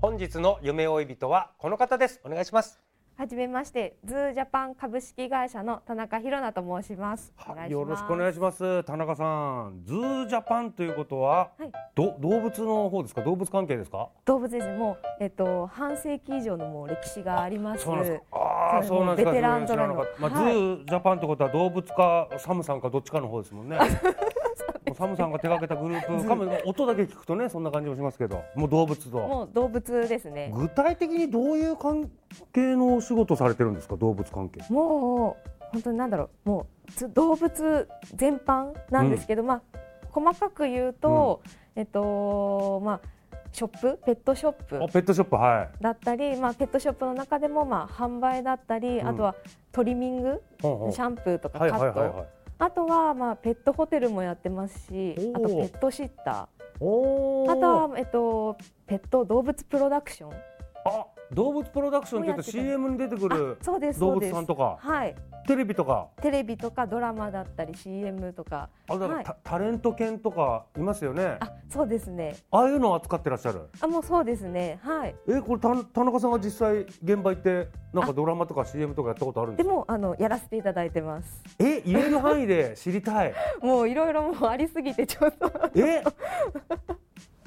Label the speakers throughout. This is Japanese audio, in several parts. Speaker 1: 本日の夢追い人はこの方ですお願いします
Speaker 2: はじめまして、ズージャパン株式会社の田中弘奈と申します。お願いし
Speaker 3: よ
Speaker 2: ます
Speaker 3: ろしくお願いします田中さんズージャパンということは、
Speaker 2: はい
Speaker 3: ど動物の方ですか動物関係ですか
Speaker 2: 動物です。もう、えっと、半世紀以上のもう歴史があります。
Speaker 3: そうなんですかああ
Speaker 2: そ
Speaker 3: そううな
Speaker 2: なんん
Speaker 3: で
Speaker 2: で
Speaker 3: すか
Speaker 2: すベテラン
Speaker 3: そ
Speaker 2: ド
Speaker 3: れは知ら
Speaker 2: ラの
Speaker 3: なかったまあ、
Speaker 2: はい
Speaker 3: ズージャパンってことは動物かサムさんかどっちかの方です もんねもうサムさんが手掛けたグループかも音だけ聞くとねそんな感じもしますけどもう動物と
Speaker 2: もう動物ですね。
Speaker 3: 具体的にどういう関係のお仕事されてるんですか動物関係
Speaker 2: もう、本当になんだろう、もうず、動物全般なんですけど、まあ。細かく言うと、えっと、まあ、ショップ、ペットショップ
Speaker 3: あ。ペットショップはい
Speaker 2: だったり、まあ、ペットショップの中でも、まあ、販売だったり、
Speaker 3: うん
Speaker 2: あとはトリミング、
Speaker 3: ほうほう
Speaker 2: シャンプーとかカ
Speaker 3: はいはいは
Speaker 2: ッ
Speaker 3: いはい
Speaker 2: トあとは、まあ、ペットホテルもやってますし
Speaker 3: おー
Speaker 2: あとペットシッタ
Speaker 3: お
Speaker 2: ー
Speaker 3: ー
Speaker 2: あとは、えっと、ペット動物プロダクション
Speaker 3: あ動物プロダクションって言うと
Speaker 2: こうやってた
Speaker 3: CM に出てくる
Speaker 2: あそうです
Speaker 3: 動
Speaker 2: そうで
Speaker 3: 物
Speaker 2: す
Speaker 3: さんとか
Speaker 2: はい、
Speaker 3: テレビとか
Speaker 2: テレビとかドラマだったり CM とか
Speaker 3: あだから
Speaker 2: はい
Speaker 3: タタレント犬とかいますよね
Speaker 2: あそうですね
Speaker 3: ああいうのを扱ってらっしゃる
Speaker 2: あもうそうですねはい
Speaker 3: えこれた田中さんが実際現場行ってなんかドラマとか CM とかやったことあるんで
Speaker 2: です
Speaker 3: か
Speaker 2: もあのやらせていただいてます
Speaker 3: え言える範囲で知り たい
Speaker 2: もういろいろもうありすぎてちょっと
Speaker 3: え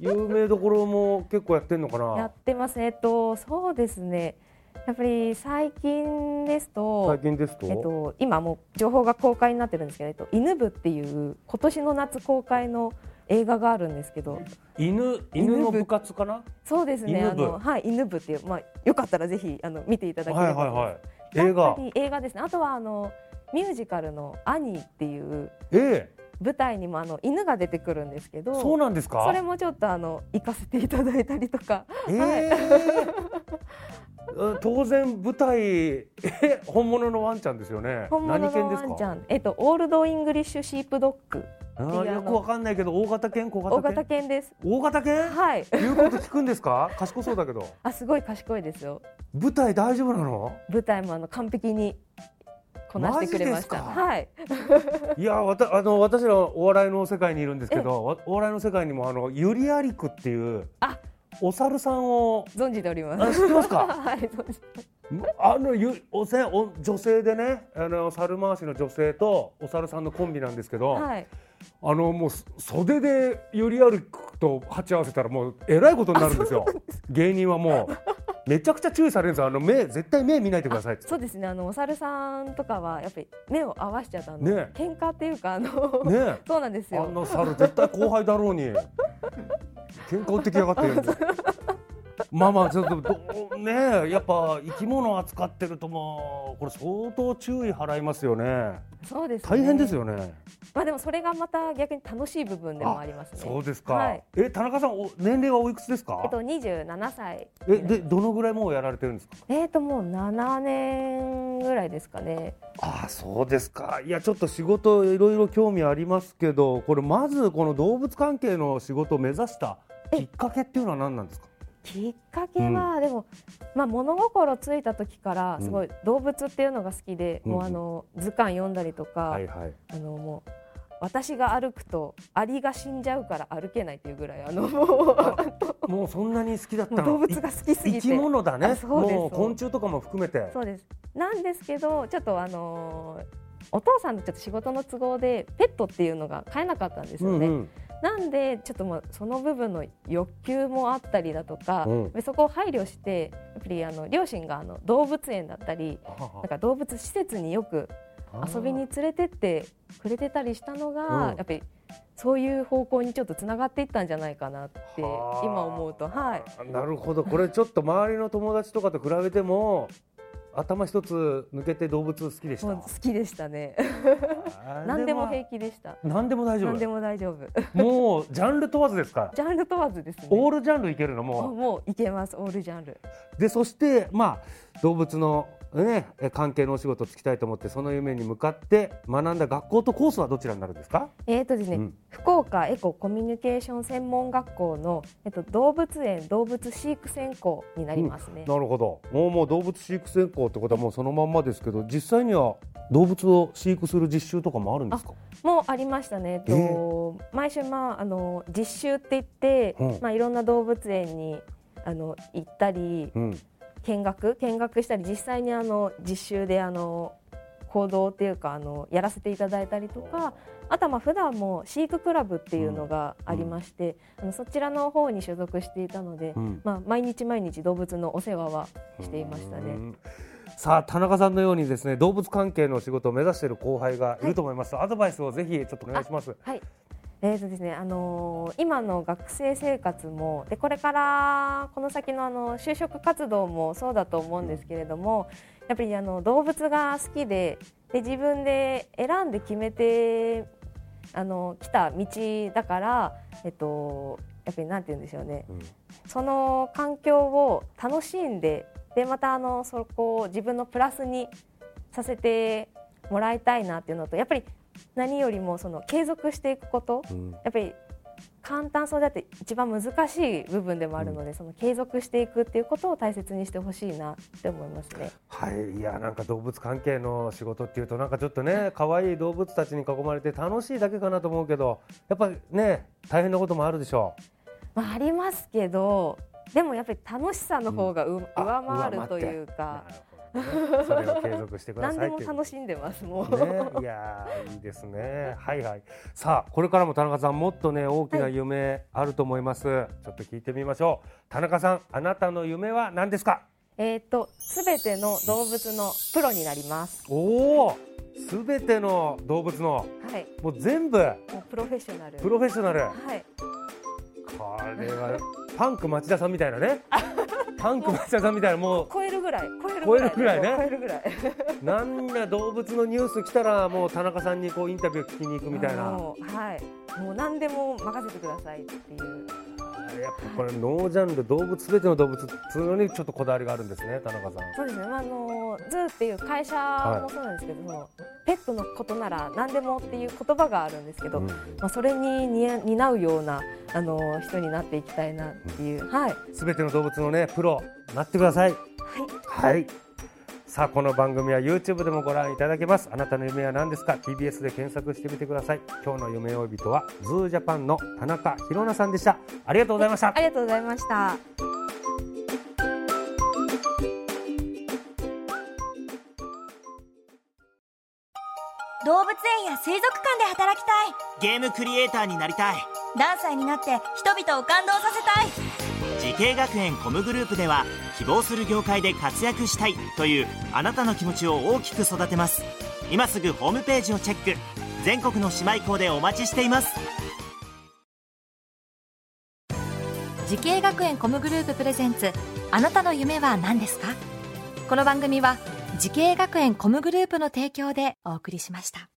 Speaker 3: 有名どころも結構やってんのかな
Speaker 2: やってますねえっとそうですねやっぱり最近ですと、
Speaker 3: 最近ですと、
Speaker 2: えっと、今もう情報が公開になってるんですけど、えっと、犬部っていう今年の夏公開の映画があるんですけど
Speaker 3: 犬犬の部活かな
Speaker 2: そうですね
Speaker 3: 犬
Speaker 2: あ
Speaker 3: 部
Speaker 2: の、はい、犬部っていう、まあ、よかったらぜひあの見ていただけ
Speaker 3: は
Speaker 2: れ
Speaker 3: いはい
Speaker 2: ば
Speaker 3: は
Speaker 2: と
Speaker 3: い
Speaker 2: 思
Speaker 3: 映画
Speaker 2: いますだったり映画ですねあとはあのミュージカルの「アニー」っていう
Speaker 3: え
Speaker 2: 舞台にもあの犬が出てくるんですけど
Speaker 3: そうなんですか
Speaker 2: それもちょっとあの行かせていただいたりと か
Speaker 3: えーうん当然舞台 え本物のワンちゃんですよね。
Speaker 2: 本物
Speaker 3: 何犬
Speaker 2: の
Speaker 3: で
Speaker 2: ワ
Speaker 3: す
Speaker 2: ン
Speaker 3: か
Speaker 2: ちゃん、えっと、オールドイングリッシュシープドッグ
Speaker 3: あ
Speaker 2: っていうあ
Speaker 3: ー
Speaker 2: の
Speaker 3: よくわかんないけど大型犬小
Speaker 2: 大
Speaker 3: 型
Speaker 2: 型
Speaker 3: 犬
Speaker 2: 犬です。
Speaker 3: 大型犬
Speaker 2: はい
Speaker 3: 言うこと聞くんですか賢そうだけど
Speaker 2: あすごい賢いですよ
Speaker 3: 舞台大丈夫なの
Speaker 2: 舞台もあの完璧にこなしてくれました。
Speaker 3: マジですか
Speaker 2: はい。
Speaker 3: いやわたあの私らお笑いの世界にいるんですけどわお笑いの世界にもあのユリアリクっていう
Speaker 2: あ
Speaker 3: お猿さんを
Speaker 2: 存じておりま
Speaker 3: あ
Speaker 2: す。
Speaker 3: 知ってますか
Speaker 2: はい、存じて
Speaker 3: あのゆおせお女性でねあの猿回しの女性とお猿さんのコンビなんですけど、
Speaker 2: はい。
Speaker 3: あのもうそ袖でより歩くと鉢合わせたらもうえらいことになるんですよ芸人はもうめちゃくちゃ注意されるんですよあの目絶対目見ないでくださいって
Speaker 2: そうですね。あのお猿さんとかはやっぱり目を合わしちゃったの。
Speaker 3: ね
Speaker 2: 喧嘩っていうかあの、
Speaker 3: ねえ
Speaker 2: そうなんです
Speaker 3: あん
Speaker 2: よ。
Speaker 3: な猿絶対後輩だろうに喧嘩売ってきやがってまあまあちょっとどねえやっぱ生き物扱ってるともうこれ相当注意払いますよね
Speaker 2: そうです、
Speaker 3: 大変です。よね
Speaker 2: まあでもそれがまた逆に楽しい部分でもありますね。
Speaker 3: そうですか、
Speaker 2: はい。
Speaker 3: え田中さんお年齢はおいくつですか
Speaker 2: えっと27歳。
Speaker 3: えでどのぐらいもうやられてるんですか
Speaker 2: えっともう7年ぐらいですかね。
Speaker 3: ああそうですかいやちょっと仕事いろいろ興味ありますけどこれまずこの動物関係の仕事を目指したきっかけっていうのは何なんですか
Speaker 2: きっかけは、でも、まあ、物心ついた時からすごい動物っていうのが好きで、
Speaker 3: うん
Speaker 2: もうあの図鑑読んだりとか、
Speaker 3: はい
Speaker 2: あのもう私が歩くとアリが死んじゃうから歩けないっていうぐらい あのもう
Speaker 3: もうそんなに好きだった
Speaker 2: もう
Speaker 3: の
Speaker 2: 動物が好きす
Speaker 3: い
Speaker 2: ぎ
Speaker 3: 生き
Speaker 2: て
Speaker 3: 物だね
Speaker 2: あそうです
Speaker 3: もう昆虫とかも含めて
Speaker 2: そうですなんですけどちょっとあのーお父さんのちょっと仕事の都合でペットっていうのが飼えなかったんですよね、
Speaker 3: うん
Speaker 2: なんでちょっともうその部分の欲求もあったりだとか、
Speaker 3: うん
Speaker 2: そこを配慮してやっぱりあの両親があの動物園だったりなんか動物施設によく遊びに連れてってくれてたりしたのが、
Speaker 3: うん
Speaker 2: やっぱりそういう方向にちょっとつながっていったんじゃないかなって
Speaker 3: はあ
Speaker 2: 今思うとはい
Speaker 3: なるほどこれちょっと周りの友達とかと比べても頭一つ抜けて動物好きでし
Speaker 2: もう好
Speaker 3: た
Speaker 2: きでしたね何でも平気でした
Speaker 3: 何でも大丈
Speaker 2: 何で
Speaker 3: 夫
Speaker 2: も大丈夫
Speaker 3: もうジャンル問わずですから
Speaker 2: ジャンル問わずですね
Speaker 3: オールジャンルいけるの
Speaker 2: あ
Speaker 3: も
Speaker 2: もういけますオールジャンル
Speaker 3: うでそしてまあ動物のねえ関係のお仕事つきたいと思ってその夢に向かって学んだ学校とコースはどちらになるんですか、
Speaker 2: えーとですね
Speaker 3: うん
Speaker 2: 福岡エココミュニケーション専門学校の、えっと、動物園動物飼育専攻になりますね、
Speaker 3: なるほどもうもう動物飼育専攻ってことはもうそのまんまですけど実際には動物を飼育する実習とかもあるんですか
Speaker 2: もうありましたね、えっと毎週、まあ、あの実習って言って、
Speaker 3: うん
Speaker 2: まあ、いろんな動物園にあの行ったり
Speaker 3: うん
Speaker 2: 見学見学したり実際にあの実習であの行動っていうかあのやらせていただいたりとかあとはまあ普段も飼育クラブっていうのがありまして、あのそちらの方に所属していたので、
Speaker 3: うん
Speaker 2: まあ、毎日毎日動物のお世話はしていました
Speaker 3: う
Speaker 2: ね。
Speaker 3: んさあ田中さんのようにですね動物関係の仕事を目指している後輩がいると思います、アドバイスをぜひちょっとお願いします
Speaker 2: はいえーとですねあのー今の学生生活もでこれからこの先のあの就職活動もそうだと思うんですけれども、やっぱりあの動物が好きでで自分で選んで決めてあの来た道だから、えっと、やっぱりなんて言うんでしょうね、
Speaker 3: うん
Speaker 2: その環境を楽しんででまたあのそこを自分のプラスにさせてもらいたいなっていうのとやっぱり何よりもその継続していくこと、
Speaker 3: うん
Speaker 2: やっぱり簡単そうだって一番難しい部分でもあるので、その継続していくっていうことを大切にしてほしいなって思いますね。
Speaker 3: はい、いやなんか動物関係の仕事っていうとなんかちょっとね可愛い動物たちに囲まれて楽しいだけかなと思うけどやっぱりね大変なこともあるでしょ
Speaker 2: まあ、ありますけどでもやっぱり楽しさの方がう、
Speaker 3: あ
Speaker 2: 上回
Speaker 3: 上
Speaker 2: る
Speaker 3: 回
Speaker 2: と
Speaker 3: って
Speaker 2: いう
Speaker 3: う、な
Speaker 2: か
Speaker 3: るほどねそれを継続してくだ
Speaker 2: 何
Speaker 3: さい
Speaker 2: で
Speaker 3: っ
Speaker 2: も
Speaker 3: ていう
Speaker 2: 楽しんでますもう、
Speaker 3: ね、いやーいいですね。はいはい。さあこれからも田中さんもっとね大きな夢あると思います。ちょっと聞いてみましょう。田中さんあなたの夢は何ですか。
Speaker 2: えーっとすべての動物のプロになります
Speaker 3: おお。すべての動物の
Speaker 2: はい
Speaker 3: もう全部
Speaker 2: もうプロフェッショナル
Speaker 3: プロフェッショナル。
Speaker 2: はい
Speaker 3: これはパンク町田さんみたいなね。パンク町田さんみたいなも
Speaker 2: 超えるぐらい超え
Speaker 3: 超
Speaker 2: るぐ
Speaker 3: え
Speaker 2: らい
Speaker 3: るぐらいね
Speaker 2: 超えるぐらいう
Speaker 3: なんな動物のニュース来たらもう田中さんにこうインタビュー聞きに行くみたいな。
Speaker 2: もうはいもう何でも任せてくださいっていう
Speaker 3: やっぱこれノージャンル動物すべての動物っていうのにちょっとこだわりがあるんですね田中さん。
Speaker 2: そうですね、まあ、あのズーっていう会社もそうなんですけど、そのペットのことなら何でもっていう言葉があるんですけど、
Speaker 3: うん
Speaker 2: まあ、それに似合担うようなあの人になっていきたいなっていう、はい、
Speaker 3: すべての動物のねプロなってください。はい。さあこの番組は YouTube でもご覧いただけます。あなたの夢は何ですか ?TBS で検索してみてください。今日の夢追い人はズージャパンの田中宏奈さんでした。ありがとうございました
Speaker 2: あ。りがとうございました。
Speaker 4: 動物園や水族館で働きたい
Speaker 5: ゲームクリエイターになりたい
Speaker 4: 何歳になって人々を感動させたい
Speaker 5: 時系学園コムグループでは希望する業界で活躍したいというあなたの気持ちを大きく育てます今すぐホームページをチェック全国の姉妹校でお待ちしています
Speaker 6: 時系学園コムグループプレゼンツあなたの夢は何ですかこの番組は時系学園コムグループの提供でお送りしました